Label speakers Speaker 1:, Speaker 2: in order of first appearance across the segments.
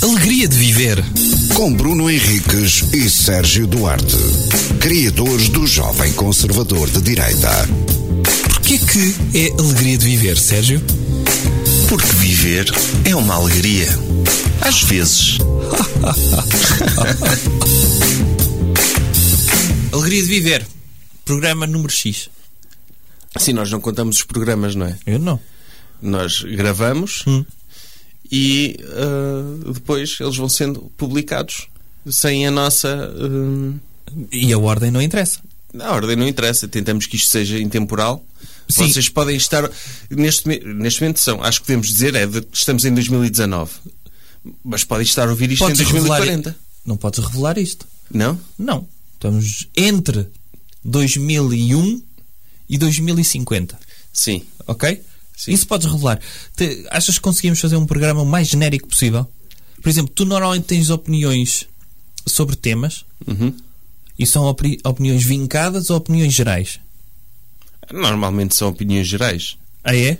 Speaker 1: gostaria de viver.
Speaker 2: Com Bruno Henriques e Sérgio Duarte, criadores do Jovem Conservador de Direita.
Speaker 1: Porquê que é alegria de viver, Sérgio?
Speaker 3: Porque viver é uma alegria. Às vezes.
Speaker 1: Alegria de viver. Programa número X.
Speaker 3: Sim, nós não contamos os programas, não é?
Speaker 1: Eu não.
Speaker 3: Nós gravamos
Speaker 1: Hum.
Speaker 3: e ah, depois eles vão sendo publicados sem a nossa. ah,
Speaker 1: E a ordem não interessa.
Speaker 3: Na ordem não interessa, tentamos que isto seja intemporal.
Speaker 1: Sim.
Speaker 3: Vocês podem estar. Neste, me- neste momento são, acho que podemos dizer, é de- estamos em 2019. Mas podem estar a
Speaker 1: é
Speaker 3: ouvir isto em
Speaker 1: revelar-
Speaker 3: 2040.
Speaker 1: Não podes revelar isto.
Speaker 3: Não?
Speaker 1: Não. Estamos entre 2001 e 2050.
Speaker 3: Sim.
Speaker 1: Ok? Isso podes revelar. Te- achas que conseguimos fazer um programa o mais genérico possível? Por exemplo, tu normalmente tens opiniões sobre temas
Speaker 3: Uhum.
Speaker 1: e são opri- opiniões vincadas ou opiniões gerais?
Speaker 3: Normalmente são opiniões gerais.
Speaker 1: Ah, é?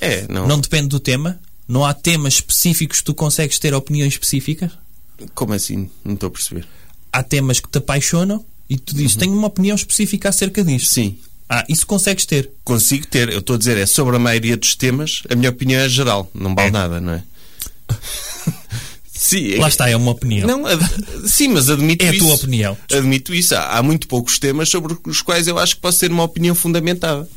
Speaker 3: É, não.
Speaker 1: Não depende do tema? Não há temas específicos que tu consegues ter opiniões específicas?
Speaker 3: Como assim? Não estou a perceber.
Speaker 1: Há temas que te apaixonam e tu dizes,
Speaker 3: Uhum.
Speaker 1: tenho uma opinião específica acerca disto.
Speaker 3: Sim.
Speaker 1: Ah, isso consegues ter.
Speaker 3: Consigo ter, eu estou a dizer, é sobre a maioria dos temas, a minha opinião é geral, não vale
Speaker 1: É.
Speaker 3: nada, não é? Sim, é-
Speaker 1: Lá está, é uma opinião.
Speaker 3: Não, ad- sim, mas admito
Speaker 1: É a
Speaker 3: isso.
Speaker 1: tua opinião.
Speaker 3: Admito isso. Há, há muito poucos temas sobre os quais eu acho que posso ter uma opinião fundamentada.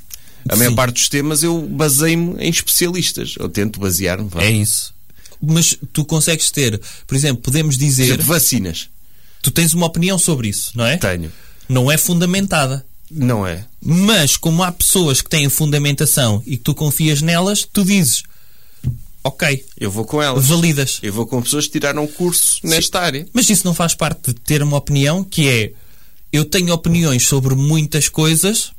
Speaker 3: A maior
Speaker 1: Sim.
Speaker 3: parte dos temas eu baseio-me em especialistas. Eu tento basear-me. vá.
Speaker 1: É isso. Mas tu consegues ter, por exemplo, podemos
Speaker 3: Por
Speaker 1: dizer,
Speaker 3: exemplo, vacinas.
Speaker 1: tu tens uma opinião sobre isso, não é?
Speaker 3: Tenho.
Speaker 1: Não é fundamentada.
Speaker 3: Não é?
Speaker 1: Mas como há pessoas que têm fundamentação e que tu confias nelas, tu dizes, ok,
Speaker 3: Eu vou com elas.
Speaker 1: validas.
Speaker 3: Eu vou com pessoas que tiraram curso nesta área.
Speaker 1: Mas isso não faz parte de ter uma opinião que é eu tenho opiniões sobre muitas coisas,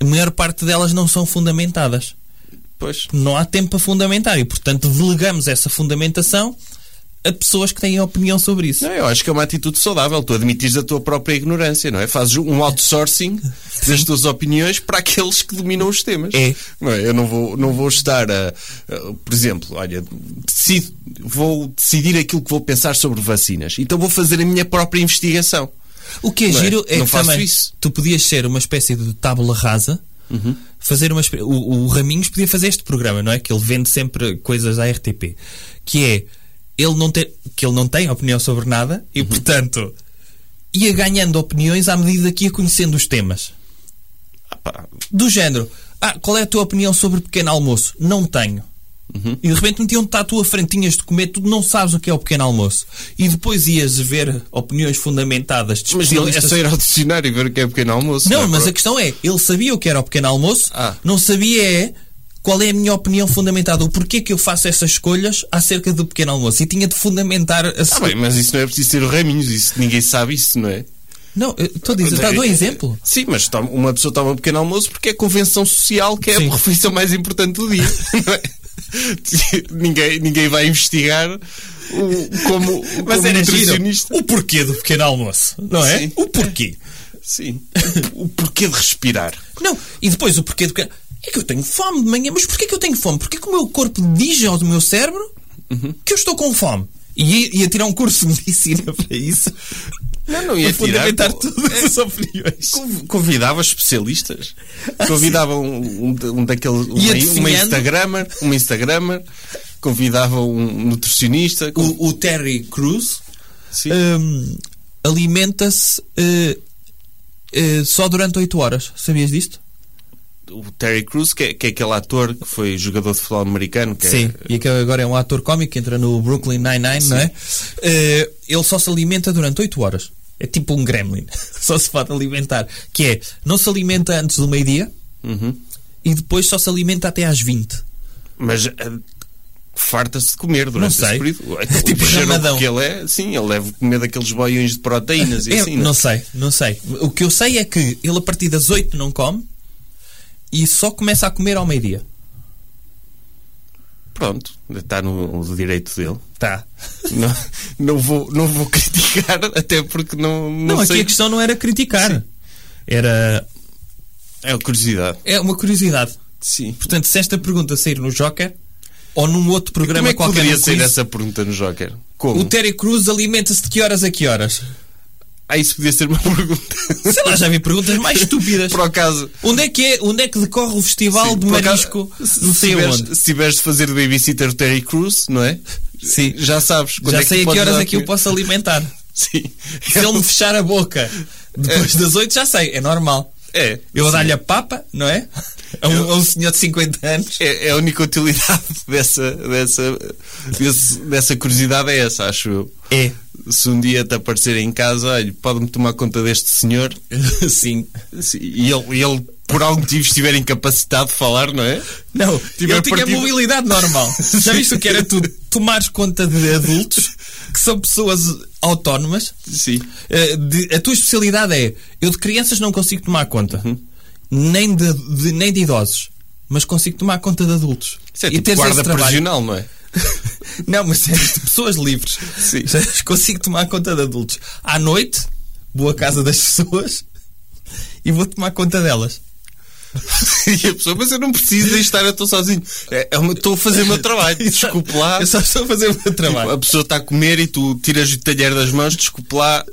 Speaker 1: a maior parte delas não são fundamentadas.
Speaker 3: Pois.
Speaker 1: Não há tempo para fundamentar e, portanto, delegamos essa fundamentação a pessoas que têm opinião sobre isso.
Speaker 3: Não, eu acho que é uma atitude saudável. Tu admitires a tua própria ignorância, não é? Fazes um outsourcing das tuas opiniões para aqueles que dominam os temas.
Speaker 1: É.
Speaker 3: Não é? Eu não vou, não vou estar a, a- Por exemplo, olha, decido- vou decidir aquilo que vou pensar sobre vacinas. Então vou fazer a minha própria investigação.
Speaker 1: O que é
Speaker 3: Não é?
Speaker 1: giro é
Speaker 3: Não
Speaker 1: que
Speaker 3: faço
Speaker 1: também
Speaker 3: isso. Uhum.
Speaker 1: tu podias ser uma espécie de tábula rasa. Fazer uma, espé- o, o Raminhos podia fazer este programa, não é? Que ele vende sempre coisas à RTP. Que é ele não ter, que ele não tem opinião sobre nada e,
Speaker 3: Uhum.
Speaker 1: portanto, ia ganhando opiniões à medida que ia conhecendo os temas. Do género, ah, qual é a tua opinião sobre pequeno almoço? Não tenho.
Speaker 3: Uhum.
Speaker 1: E de repente metiam-te à tua frente, tinhas de comer, tu não sabes o que é o pequeno almoço. E depois ias ver opiniões fundamentadas de
Speaker 3: Mas ele é
Speaker 1: especialistas.
Speaker 3: só ir ao dicionário e ver o que é pequeno almoço.
Speaker 1: Não,
Speaker 3: é?
Speaker 1: mas a questão é, ele sabia o que era o pequeno almoço,
Speaker 3: Ah.
Speaker 1: não sabia é qual é a minha opinião fundamentada, o porquê que eu faço essas escolhas acerca do pequeno almoço. E tinha de fundamentar a
Speaker 3: Ah,
Speaker 1: sua...
Speaker 3: bem, mas isso não é preciso ser o Raminhos, isso, ninguém sabe isso, não é?
Speaker 1: Não, eu estou a dizer, está a dar um exemplo.
Speaker 3: Sim, mas toma- uma pessoa toma um pequeno almoço porque é convenção social que é
Speaker 1: Sim.
Speaker 3: a refeição mais importante do dia. não é? ninguém, ninguém vai investigar o, como,
Speaker 1: Mas
Speaker 3: como
Speaker 1: era giro.
Speaker 3: é nutricionista.
Speaker 1: O porquê do pequeno almoço, não é?
Speaker 3: Sim.
Speaker 1: O porquê.
Speaker 3: Sim. O, o porquê de respirar.
Speaker 1: Não, e depois o porquê do pequeno... É que eu tenho fome de manhã, mas porquê que eu tenho fome? Porquê que o meu corpo diz ao do meu cérebro que eu estou com fome? E ia- ia tirar um curso de medicina para isso.
Speaker 3: Não, não
Speaker 1: para fundamentar todas as opiniões.
Speaker 3: Convidava especialistas. Convidava um, um, um daquele.
Speaker 1: Ia
Speaker 3: Uma, uma
Speaker 1: definhando.
Speaker 3: Instagrammer. Uma Instagrammer. Convidava um nutricionista. com-
Speaker 1: o, o Terry Crews
Speaker 3: Sim.
Speaker 1: hum, alimenta-se eh, eh, só durante 8 horas. Sabias disto?
Speaker 3: o Terry Crews, que é, que é aquele ator que foi jogador de futebol americano. Que é-
Speaker 1: Sim. E que agora é um ator cómico que entra no Brooklyn Nine-Nine, não é? Eh, ele só se alimenta durante 8 horas. É tipo um gremlin. só se pode alimentar. Que é, não se alimenta antes do meio-dia
Speaker 3: Uhum.
Speaker 1: e depois só se alimenta até às 20.
Speaker 3: Mas eh, farta-se de comer durante
Speaker 1: Não sei.
Speaker 3: esse período. Então,
Speaker 1: Tipo
Speaker 3: o cheiro
Speaker 1: ramadão.
Speaker 3: que ele é, sim, ele deve comer daqueles boiões de proteínas e
Speaker 1: Eu
Speaker 3: assim.
Speaker 1: É, não
Speaker 3: né?
Speaker 1: sei, não sei. O que eu sei é que ele a partir das 8 não come e só começa a comer ao meio-dia.
Speaker 3: Pronto, está no, no direito dele.
Speaker 1: Tá.
Speaker 3: Não, não, vou, não vou criticar, até porque não, não,
Speaker 1: Não, aqui
Speaker 3: sei.
Speaker 1: a questão não era criticar. Era.
Speaker 3: É a curiosidade. é
Speaker 1: É uma curiosidade.
Speaker 3: Sim.
Speaker 1: Portanto, se esta pergunta sair no Joker ou num outro programa
Speaker 3: Como é que
Speaker 1: qualquer.
Speaker 3: poderia
Speaker 1: num
Speaker 3: ser
Speaker 1: quiz,
Speaker 3: essa pergunta no Joker? Como?
Speaker 1: O Terry Cruz alimenta-se de que horas a que horas?
Speaker 3: Ah, isso podia ser uma pergunta.
Speaker 1: Sei lá, já vi perguntas mais estúpidas.
Speaker 3: Por acaso.
Speaker 1: Onde é que é? Onde é que decorre o festival
Speaker 3: Sim,
Speaker 1: de
Speaker 3: por acaso,
Speaker 1: marisco?
Speaker 3: se-
Speaker 1: Não sei
Speaker 3: se tiveres-
Speaker 1: onde.
Speaker 3: Se tiveres de fazer de babysitter o Terry Crews, não é?
Speaker 1: Sim.
Speaker 3: Já sabes. quando
Speaker 1: Já
Speaker 3: é
Speaker 1: sei a
Speaker 3: tu
Speaker 1: que
Speaker 3: podes
Speaker 1: horas
Speaker 3: dar
Speaker 1: é que eu
Speaker 3: comida.
Speaker 1: posso alimentar.
Speaker 3: Sim.
Speaker 1: Se ele me fechar a boca depois das 8, já sei, é normal.
Speaker 3: É.
Speaker 1: Eu vou dar-lhe a papa, não é? A um, a um senhor de 50 anos.
Speaker 3: É, é a única utilidade dessa, dessa, desse- dessa curiosidade é essa, acho eu.
Speaker 1: É.
Speaker 3: Se um dia te aparecer em casa, olha, pode-me tomar conta deste senhor
Speaker 1: Sim.
Speaker 3: e ele, e ele, por algum motivo, estiver incapacitado de falar, não é?
Speaker 1: Não,
Speaker 3: Tiver
Speaker 1: ele tinha
Speaker 3: partido-
Speaker 1: mobilidade normal. Já viste o que era tu tomares conta de adultos que são pessoas autónomas?
Speaker 3: Sim.
Speaker 1: Eh, de- a tua especialidade é eu de crianças não consigo tomar conta,
Speaker 3: Uhum.
Speaker 1: nem, de, de- nem de idosos, mas consigo tomar conta de adultos.
Speaker 3: Isso é
Speaker 1: e
Speaker 3: tipo
Speaker 1: teres esse
Speaker 3: guarda
Speaker 1: trabalho.
Speaker 3: prisional, não é?
Speaker 1: Não, mas é de pessoas livres.
Speaker 3: Sim.
Speaker 1: Consigo tomar conta de adultos. À noite, vou à casa das pessoas e vou tomar conta delas.
Speaker 3: E a pessoa, mas eu não preciso de estar, eu estou sozinho. É, é uma- estou a fazer o meu trabalho, desculpe lá.
Speaker 1: Eu só estou a fazer o meu
Speaker 3: Tipo, a
Speaker 1: trabalho.
Speaker 3: pessoa está a comer e tu tiras o talher das mãos, desculpe lá.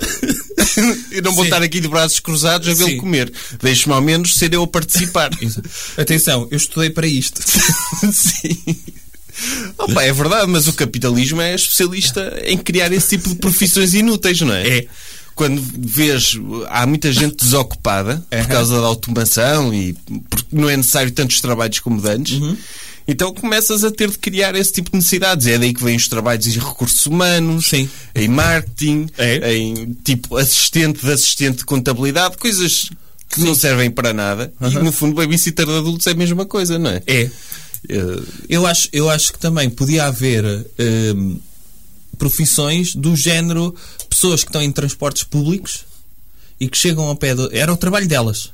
Speaker 3: eu não vou
Speaker 1: Sim.
Speaker 3: estar aqui de braços cruzados a
Speaker 1: Sim.
Speaker 3: vê-lo comer. Deixe-me ao menos ser eu a participar.
Speaker 1: Atenção, eu estudei para isto.
Speaker 3: Sim. Opa, é verdade, mas o capitalismo é especialista em criar esse tipo de profissões inúteis, não é?
Speaker 1: É.
Speaker 3: Quando vês, há muita gente desocupada por causa da automação e porque não é necessário tantos trabalhos como de antes. Então começas a ter de criar esse tipo de necessidades. É daí que vêm os trabalhos em recursos humanos,
Speaker 1: Sim.
Speaker 3: em marketing,
Speaker 1: É.
Speaker 3: em tipo assistente de assistente de contabilidade, coisas que não servem para nada. E no fundo, babysitter de adultos é a mesma coisa, não é?
Speaker 1: É.
Speaker 3: Eh,
Speaker 1: Eu acho, eu acho que também podia haver hum, profissões do género pessoas que estão em transportes públicos e que chegam ao pé. De, era o trabalho delas.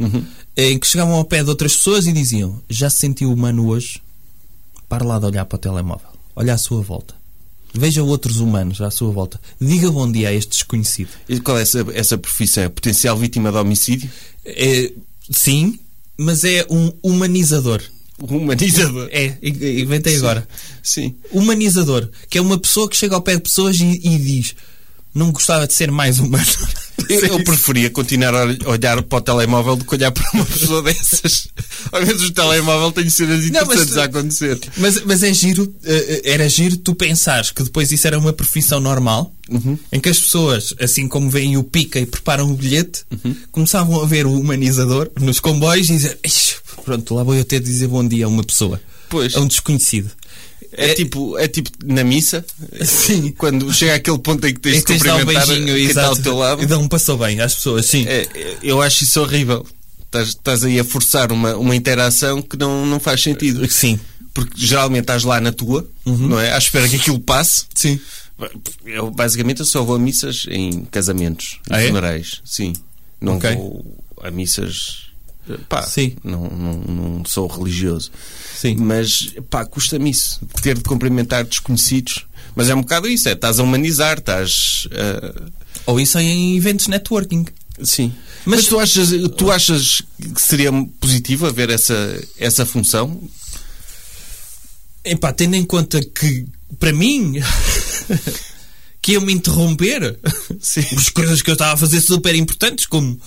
Speaker 3: Uhum.
Speaker 1: Eh, Em que chegavam ao pé de outras pessoas e diziam: Já se sentiu humano hoje? Para lá de olhar para o telemóvel. Olha à sua volta. Veja outros humanos à sua volta. Diga bom dia a este desconhecido.
Speaker 3: E qual é essa, essa profissão? É potencial vítima de homicídio?
Speaker 1: É, sim, mas é um humanizador.
Speaker 3: Humanizador?
Speaker 1: É, inventei agora.
Speaker 3: Sim.
Speaker 1: humanizador, que é uma pessoa que chega ao pé de pessoas e, e diz não gostava de ser mais humano.
Speaker 3: Eu, eu preferia continuar a olh- olhar para o telemóvel do que olhar para uma pessoa dessas. Ao menos o telemóvel tem cenas
Speaker 1: Não, mas
Speaker 3: interessantes
Speaker 1: tu-
Speaker 3: a acontecer.
Speaker 1: Mas, mas é giro, eh, eh, era giro tu pensares que depois isso era uma profissão normal,
Speaker 3: Uhum.
Speaker 1: em que as pessoas, assim como veem o pica e preparam o bilhete,
Speaker 3: Uhum.
Speaker 1: começavam a ver o humanizador nos comboios e dizer "Ixi, pronto, lá vou eu ter de dizer bom dia a uma pessoa,
Speaker 3: Pois.
Speaker 1: a um desconhecido.
Speaker 3: É, tipo, é tipo na missa,
Speaker 1: Sim.
Speaker 3: quando chega àquele ponto em que tens
Speaker 1: E
Speaker 3: de
Speaker 1: tens de dar um
Speaker 3: É, cumprimentar
Speaker 1: beijinho
Speaker 3: quem está
Speaker 1: exato,
Speaker 3: ao teu lado.
Speaker 1: e dá um passou bem às pessoas, sim.
Speaker 3: É, é, eu acho isso horrível. Estás, estás aí a forçar uma, uma interação que não, não faz sentido.
Speaker 1: Sim. Uhum.
Speaker 3: Porque geralmente estás lá na tua, não é? À espera que aquilo passe.
Speaker 1: Sim.
Speaker 3: Eu, basicamente, eu só vou a missas em casamentos, em
Speaker 1: Ah, é?
Speaker 3: funerais. Sim. Não
Speaker 1: Ok.
Speaker 3: vou a missas. eh, Pá,
Speaker 1: Sim.
Speaker 3: Não, não, não sou religioso.
Speaker 1: Sim.
Speaker 3: Mas, pá, custa-me isso. Ter de cumprimentar desconhecidos. Mas é um bocado isso. É, estás a humanizar, estás. ah,
Speaker 1: Ou isso é em eventos networking.
Speaker 3: sim.
Speaker 1: Mas-
Speaker 3: Mas, tu, achas, tu achas que seria positivo haver essa, essa função?
Speaker 1: Epá, tendo em conta que, para mim, que eu me interromper,
Speaker 3: Sim.
Speaker 1: as coisas que eu estava a fazer super importantes, como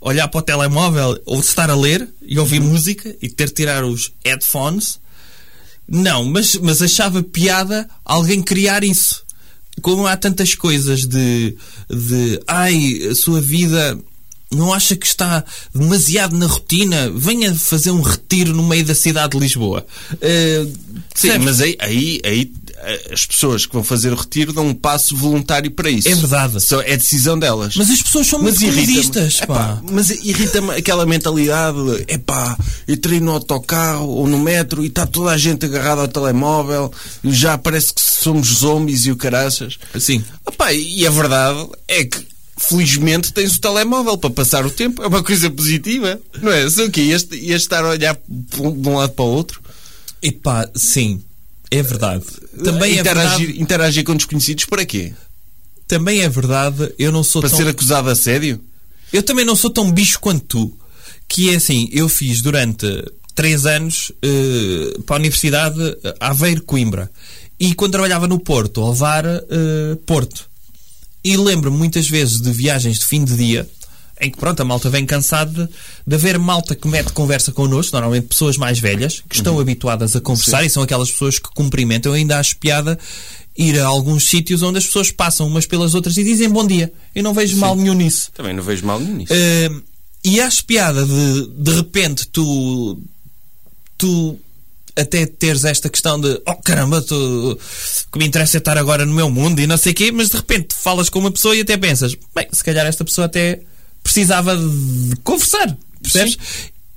Speaker 1: olhar para o telemóvel ou estar a ler e ouvir
Speaker 3: Uhum.
Speaker 1: música e ter de tirar os headphones, não, mas, mas achava piada alguém criar isso. Como há tantas coisas de, de. Ai, a sua vida. Não acha que está demasiado na rotina? Venha fazer um retiro no meio da cidade de Lisboa. Eh,
Speaker 3: Sim,
Speaker 1: percebes?
Speaker 3: mas aí, aí, aí eh, as pessoas que vão fazer o retiro dão um passo voluntário para isso.
Speaker 1: É verdade.
Speaker 3: Só é decisão delas.
Speaker 1: Mas as pessoas são
Speaker 3: Mas
Speaker 1: muito
Speaker 3: irrita-me.
Speaker 1: comodistas,
Speaker 3: Epá,
Speaker 1: pá.
Speaker 3: mas irrita-me aquela mentalidade. É pá, eu entrei no autocarro ou no metro e está toda a gente agarrada ao telemóvel. Já parece que somos zombies e o caraças.
Speaker 1: Sim.
Speaker 3: Epá, e a verdade é que, felizmente, tens o telemóvel para passar o tempo. É uma coisa positiva, não é? Só que ias, ias estar a olhar de um de um lado para o outro.
Speaker 1: Epá, sim. É verdade. Também é
Speaker 3: interagir,
Speaker 1: verdade.
Speaker 3: interagir com desconhecidos para quê?
Speaker 1: Também é verdade. Eu não sou
Speaker 3: Para
Speaker 1: tão...
Speaker 3: ser acusado de assédio?
Speaker 1: Eu também não sou tão bicho quanto tu. Que é assim, eu fiz durante três anos eh, para a Universidade eh, Aveiro Coimbra. E quando trabalhava no Porto, Alvar eh, Porto. E lembro-me muitas vezes de viagens de fim de dia em que, pronto, a malta vem cansada de, de haver malta que mete conversa connosco, normalmente pessoas mais velhas, que estão habituadas a conversar e são aquelas pessoas que cumprimentam. Eu ainda acho piada ir a alguns sítios onde as pessoas passam umas pelas outras e dizem bom dia. Eu não vejo mal nenhum nisso.
Speaker 3: Também não vejo mal nenhum nisso.
Speaker 1: Hum, e acho piada de de repente tu tu até teres esta questão de oh caramba, tu, o que me interessa é estar agora no meu mundo e não sei o quê, mas de repente falas com uma pessoa e até pensas, bem, se calhar esta pessoa até precisava de conversar, percebes?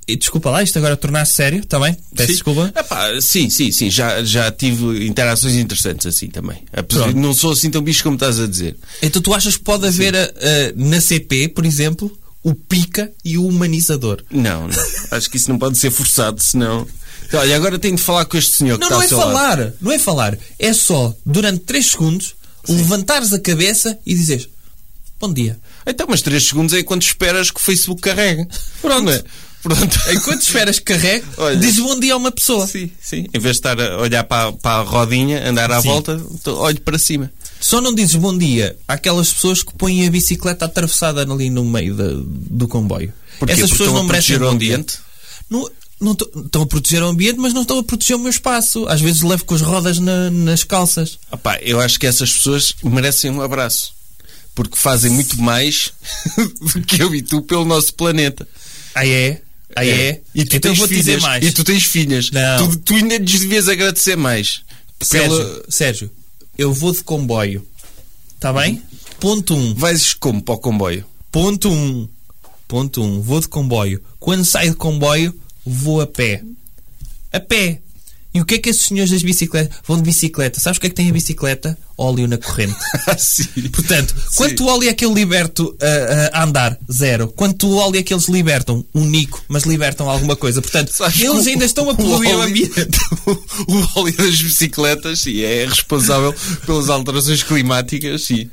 Speaker 1: E desculpa lá, isto agora tornar-se sério, está bem? Peço
Speaker 3: Sim.
Speaker 1: desculpa.
Speaker 3: Epá, sim, sim, sim. Já, já tive interações interessantes assim também. Apesar-
Speaker 1: Pronto.
Speaker 3: não sou assim tão bicho como estás a dizer.
Speaker 1: Então tu achas que pode haver a- a- na CP, por exemplo, o pica e o humanizador?
Speaker 3: Não, não. Acho que isso não pode ser forçado, senão. Então, olha, agora tenho de falar com este senhor
Speaker 1: Não,
Speaker 3: que está
Speaker 1: não é
Speaker 3: ao seu lado.
Speaker 1: falar, não é falar. É só, durante 3 segundos, levantares a cabeça e dizeres bom dia.
Speaker 3: Então, mas 3 segundos é quando esperas que o Facebook carregue. Pronto. Pronto.
Speaker 1: Enquanto esperas É que carregue,
Speaker 3: Olha.
Speaker 1: dizes bom dia a uma pessoa.
Speaker 3: Sim, sim. Em vez de estar a olhar para, a- para a rodinha, andar à
Speaker 1: Sim.
Speaker 3: volta, to- olho para cima.
Speaker 1: Só não dizes bom dia àquelas pessoas que põem a bicicleta atravessada ali no meio da- do comboio.
Speaker 3: Porquê?
Speaker 1: Essas
Speaker 3: Porque
Speaker 1: pessoas
Speaker 3: estão a
Speaker 1: não merecem
Speaker 3: proteger o
Speaker 1: bom dia.
Speaker 3: ambiente?
Speaker 1: Não, não t- estão a proteger o ambiente, mas não estão a proteger o meu espaço. Às vezes levo com as rodas na- nas calças.
Speaker 3: Opá, eu acho que essas pessoas merecem um abraço. Porque fazem muito mais do que eu e tu pelo nosso planeta.
Speaker 1: Ah é? Ah é?
Speaker 3: E tu
Speaker 1: então
Speaker 3: tens
Speaker 1: vou-te
Speaker 3: filhas.
Speaker 1: dizer mais.
Speaker 3: E tu tens filhas.
Speaker 1: Não.
Speaker 3: Tu, tu ainda lhes devias agradecer mais.
Speaker 1: Sérgio,
Speaker 3: Pela-
Speaker 1: Sérgio, eu vou de comboio. Está bem? Ponto 1. Um.
Speaker 3: Vais como para o comboio?
Speaker 1: Ponto 1. Um. Ponto 1. Um. Vou de comboio. Quando saio de comboio, vou a pé. A pé. E o que é que esses senhores das bicicletas vão de bicicleta? Sabes o que é que tem a bicicleta? Óleo na corrente.
Speaker 3: sim.
Speaker 1: Portanto, quanto óleo é que eu liberto a- a andar? Zero. Quanto óleo é que eles libertam? Um nico, mas libertam alguma coisa. Portanto,
Speaker 3: Sabes que
Speaker 1: eles
Speaker 3: o-
Speaker 1: ainda estão a poluir o ambiente.
Speaker 3: O óleo das bicicletas sim, é responsável pelas alterações climáticas. Sim.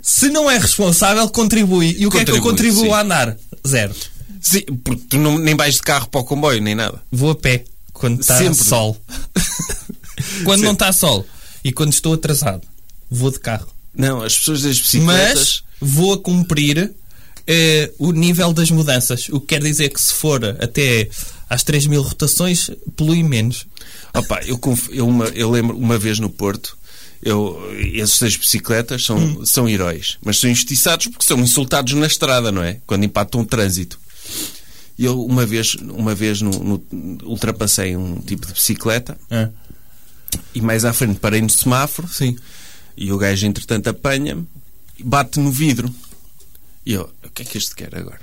Speaker 1: Se não é responsável, contribui. E o que é que eu
Speaker 3: Contribui,
Speaker 1: contribuo
Speaker 3: sim.
Speaker 1: a andar? Zero.
Speaker 3: Sim, porque tu não, nem vais de carro para o comboio, nem nada.
Speaker 1: Vou a pé quando está
Speaker 3: Sempre.
Speaker 1: sol. quando não está sol e quando estou atrasado, vou de carro.
Speaker 3: Não, as pessoas das
Speaker 1: Mas
Speaker 3: bicicletas.
Speaker 1: vou a cumprir eh, o nível das mudanças. O que quer dizer que se for até às 3 mil rotações, polui menos.
Speaker 3: Opa, eu, conf- eu, uma- eu lembro uma vez no Porto. Eu, esses das bicicletas são, são heróis, mas são injustiçados porque são insultados na estrada, não é? Quando impactam o trânsito. E Eu uma vez, uma vez no- no- ultrapassei um tipo de bicicleta
Speaker 1: Ah,
Speaker 3: E mais à frente parei no semáforo.
Speaker 1: Sim.
Speaker 3: E o gajo, entretanto, apanha-me e bate no vidro. E eu, o que é que este quer agora?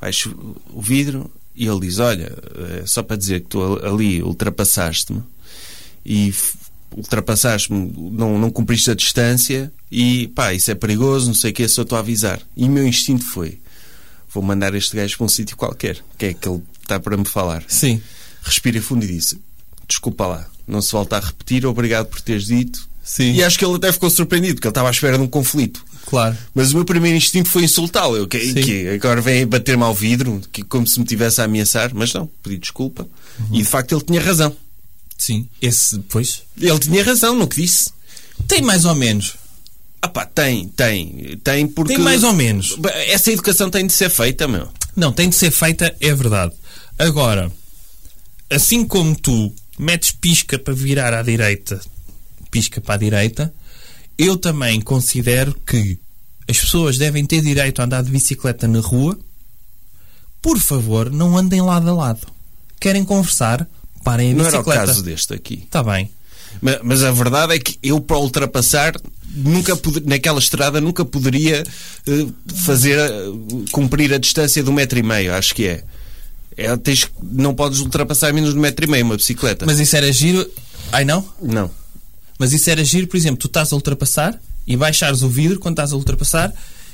Speaker 3: Baixo o vidro e ele diz: Olha, eh, só para dizer que tu al- ali ultrapassaste-me e f- ultrapassaste-me, não, não cumpriste a distância e pá, isso é perigoso, não sei o que, só estou a avisar. E o meu instinto foi: Vou mandar este gajo para um sítio qualquer. O que é que ele está para me falar?
Speaker 1: Sim.
Speaker 3: respirei fundo e disse: Desculpa lá, não se volta a repetir, obrigado por teres dito.
Speaker 1: Sim.
Speaker 3: E acho que ele até ficou surpreendido, porque ele estava à espera de um conflito.
Speaker 1: Claro.
Speaker 3: Mas o meu primeiro instinto foi insultá-lo. Eu, que,
Speaker 1: Sim.
Speaker 3: que agora vem bater-me ao vidro, que, como se me tivesse a ameaçar, mas não, pedi desculpa.
Speaker 1: Uhum.
Speaker 3: E de facto ele tinha razão.
Speaker 1: Sim. Esse, pois.
Speaker 3: Ele tinha razão no que disse.
Speaker 1: Tem mais ou menos.
Speaker 3: Ah pá, tem, tem, tem, porque.
Speaker 1: Tem mais ou menos.
Speaker 3: Essa educação tem de ser feita, meu.
Speaker 1: Não, tem de ser feita, é verdade. Agora, assim como tu metes pisca para virar à direita, pisca para a direita, eu também considero que as pessoas devem ter direito a andar de bicicleta na rua. Por favor, não andem lado a lado. Querem conversar? Parem a
Speaker 3: Não era o
Speaker 1: bicicleta.
Speaker 3: caso deste aqui.
Speaker 1: Está bem.
Speaker 3: Ma- Mas, a verdade é que eu, para ultrapassar, nunca pod- naquela estrada nunca poderia eh, fazer eh, cumprir a distância de um metro e meio, acho que é. é tens, não podes ultrapassar menos de um metro e meio uma bicicleta.
Speaker 1: Mas isso era giro. Ai não?
Speaker 3: Não.
Speaker 1: Mas isso era giro, por exemplo, tu estás a ultrapassar e baixares o vidro quando estás a ultrapassar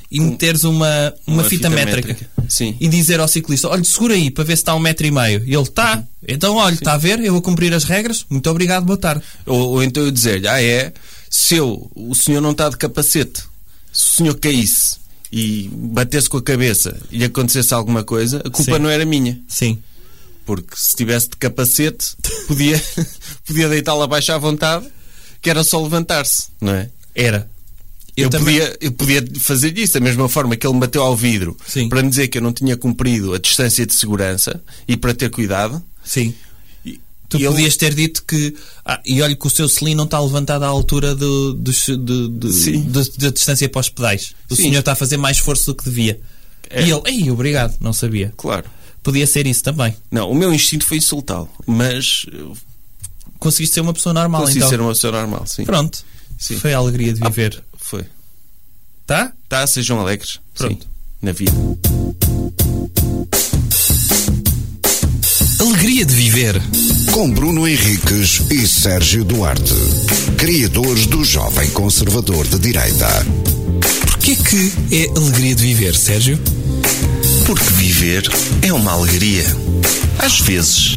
Speaker 1: e meteres uma, uma,
Speaker 3: Um- uma
Speaker 1: fita,
Speaker 3: fita
Speaker 1: métrica.
Speaker 3: métrica. Sim.
Speaker 1: E dizer ao ciclista: olha, segura aí para ver se está a um metro e meio. E ele está,
Speaker 3: Uhum.
Speaker 1: então olha, está a ver, eu vou cumprir as regras, muito obrigado, boa tarde.
Speaker 3: Ou, ou então eu dizer-lhe, ah é, se eu, o senhor não está de capacete, se o senhor caísse e batesse com a cabeça e lhe acontecesse alguma coisa, a culpa
Speaker 1: Sim.
Speaker 3: não era minha.
Speaker 1: Sim.
Speaker 3: Porque se tivesse de capacete, podia, podia deitá-lo abaixo à vontade que era só levantar-se, não é?
Speaker 1: Era.
Speaker 3: Eu,
Speaker 1: também-
Speaker 3: podia, eu podia fazer isso, da mesma forma que ele me bateu ao vidro
Speaker 1: Sim.
Speaker 3: para me dizer que eu não tinha cumprido a distância de segurança e para ter cuidado.
Speaker 1: Sim.
Speaker 3: E-
Speaker 1: Tu
Speaker 3: e ele-
Speaker 1: podias ter dito que. Ah, e olha que o seu selim não está levantado à altura do, dos- de- de-
Speaker 3: Sim.
Speaker 1: do- da distância para os pedais. O
Speaker 3: Sim.
Speaker 1: senhor está a fazer mais esforço do que devia.
Speaker 3: É.
Speaker 1: E ele, ei, obrigado, não sabia.
Speaker 3: Claro.
Speaker 1: Podia ser isso também.
Speaker 3: Não, o meu instinto foi insultá-lo, mas eu
Speaker 1: Conseguiste ser uma pessoa normal
Speaker 3: consegui
Speaker 1: então.
Speaker 4: um-
Speaker 3: ser uma pessoa normal, sim.
Speaker 1: Pronto.
Speaker 3: Sim.
Speaker 1: Foi a alegria de viver.
Speaker 3: Foi.
Speaker 1: Tá?
Speaker 3: Tá, sejam alegres.
Speaker 1: Pronto.
Speaker 3: Sim, na vida.
Speaker 4: Alegria de viver.
Speaker 2: Com Bruno Henriques e Sérgio Duarte, criadores do Jovem Conservador de Direita.
Speaker 4: Porquê que é alegria de viver, Sérgio?
Speaker 5: Porque viver é uma alegria. Às vezes.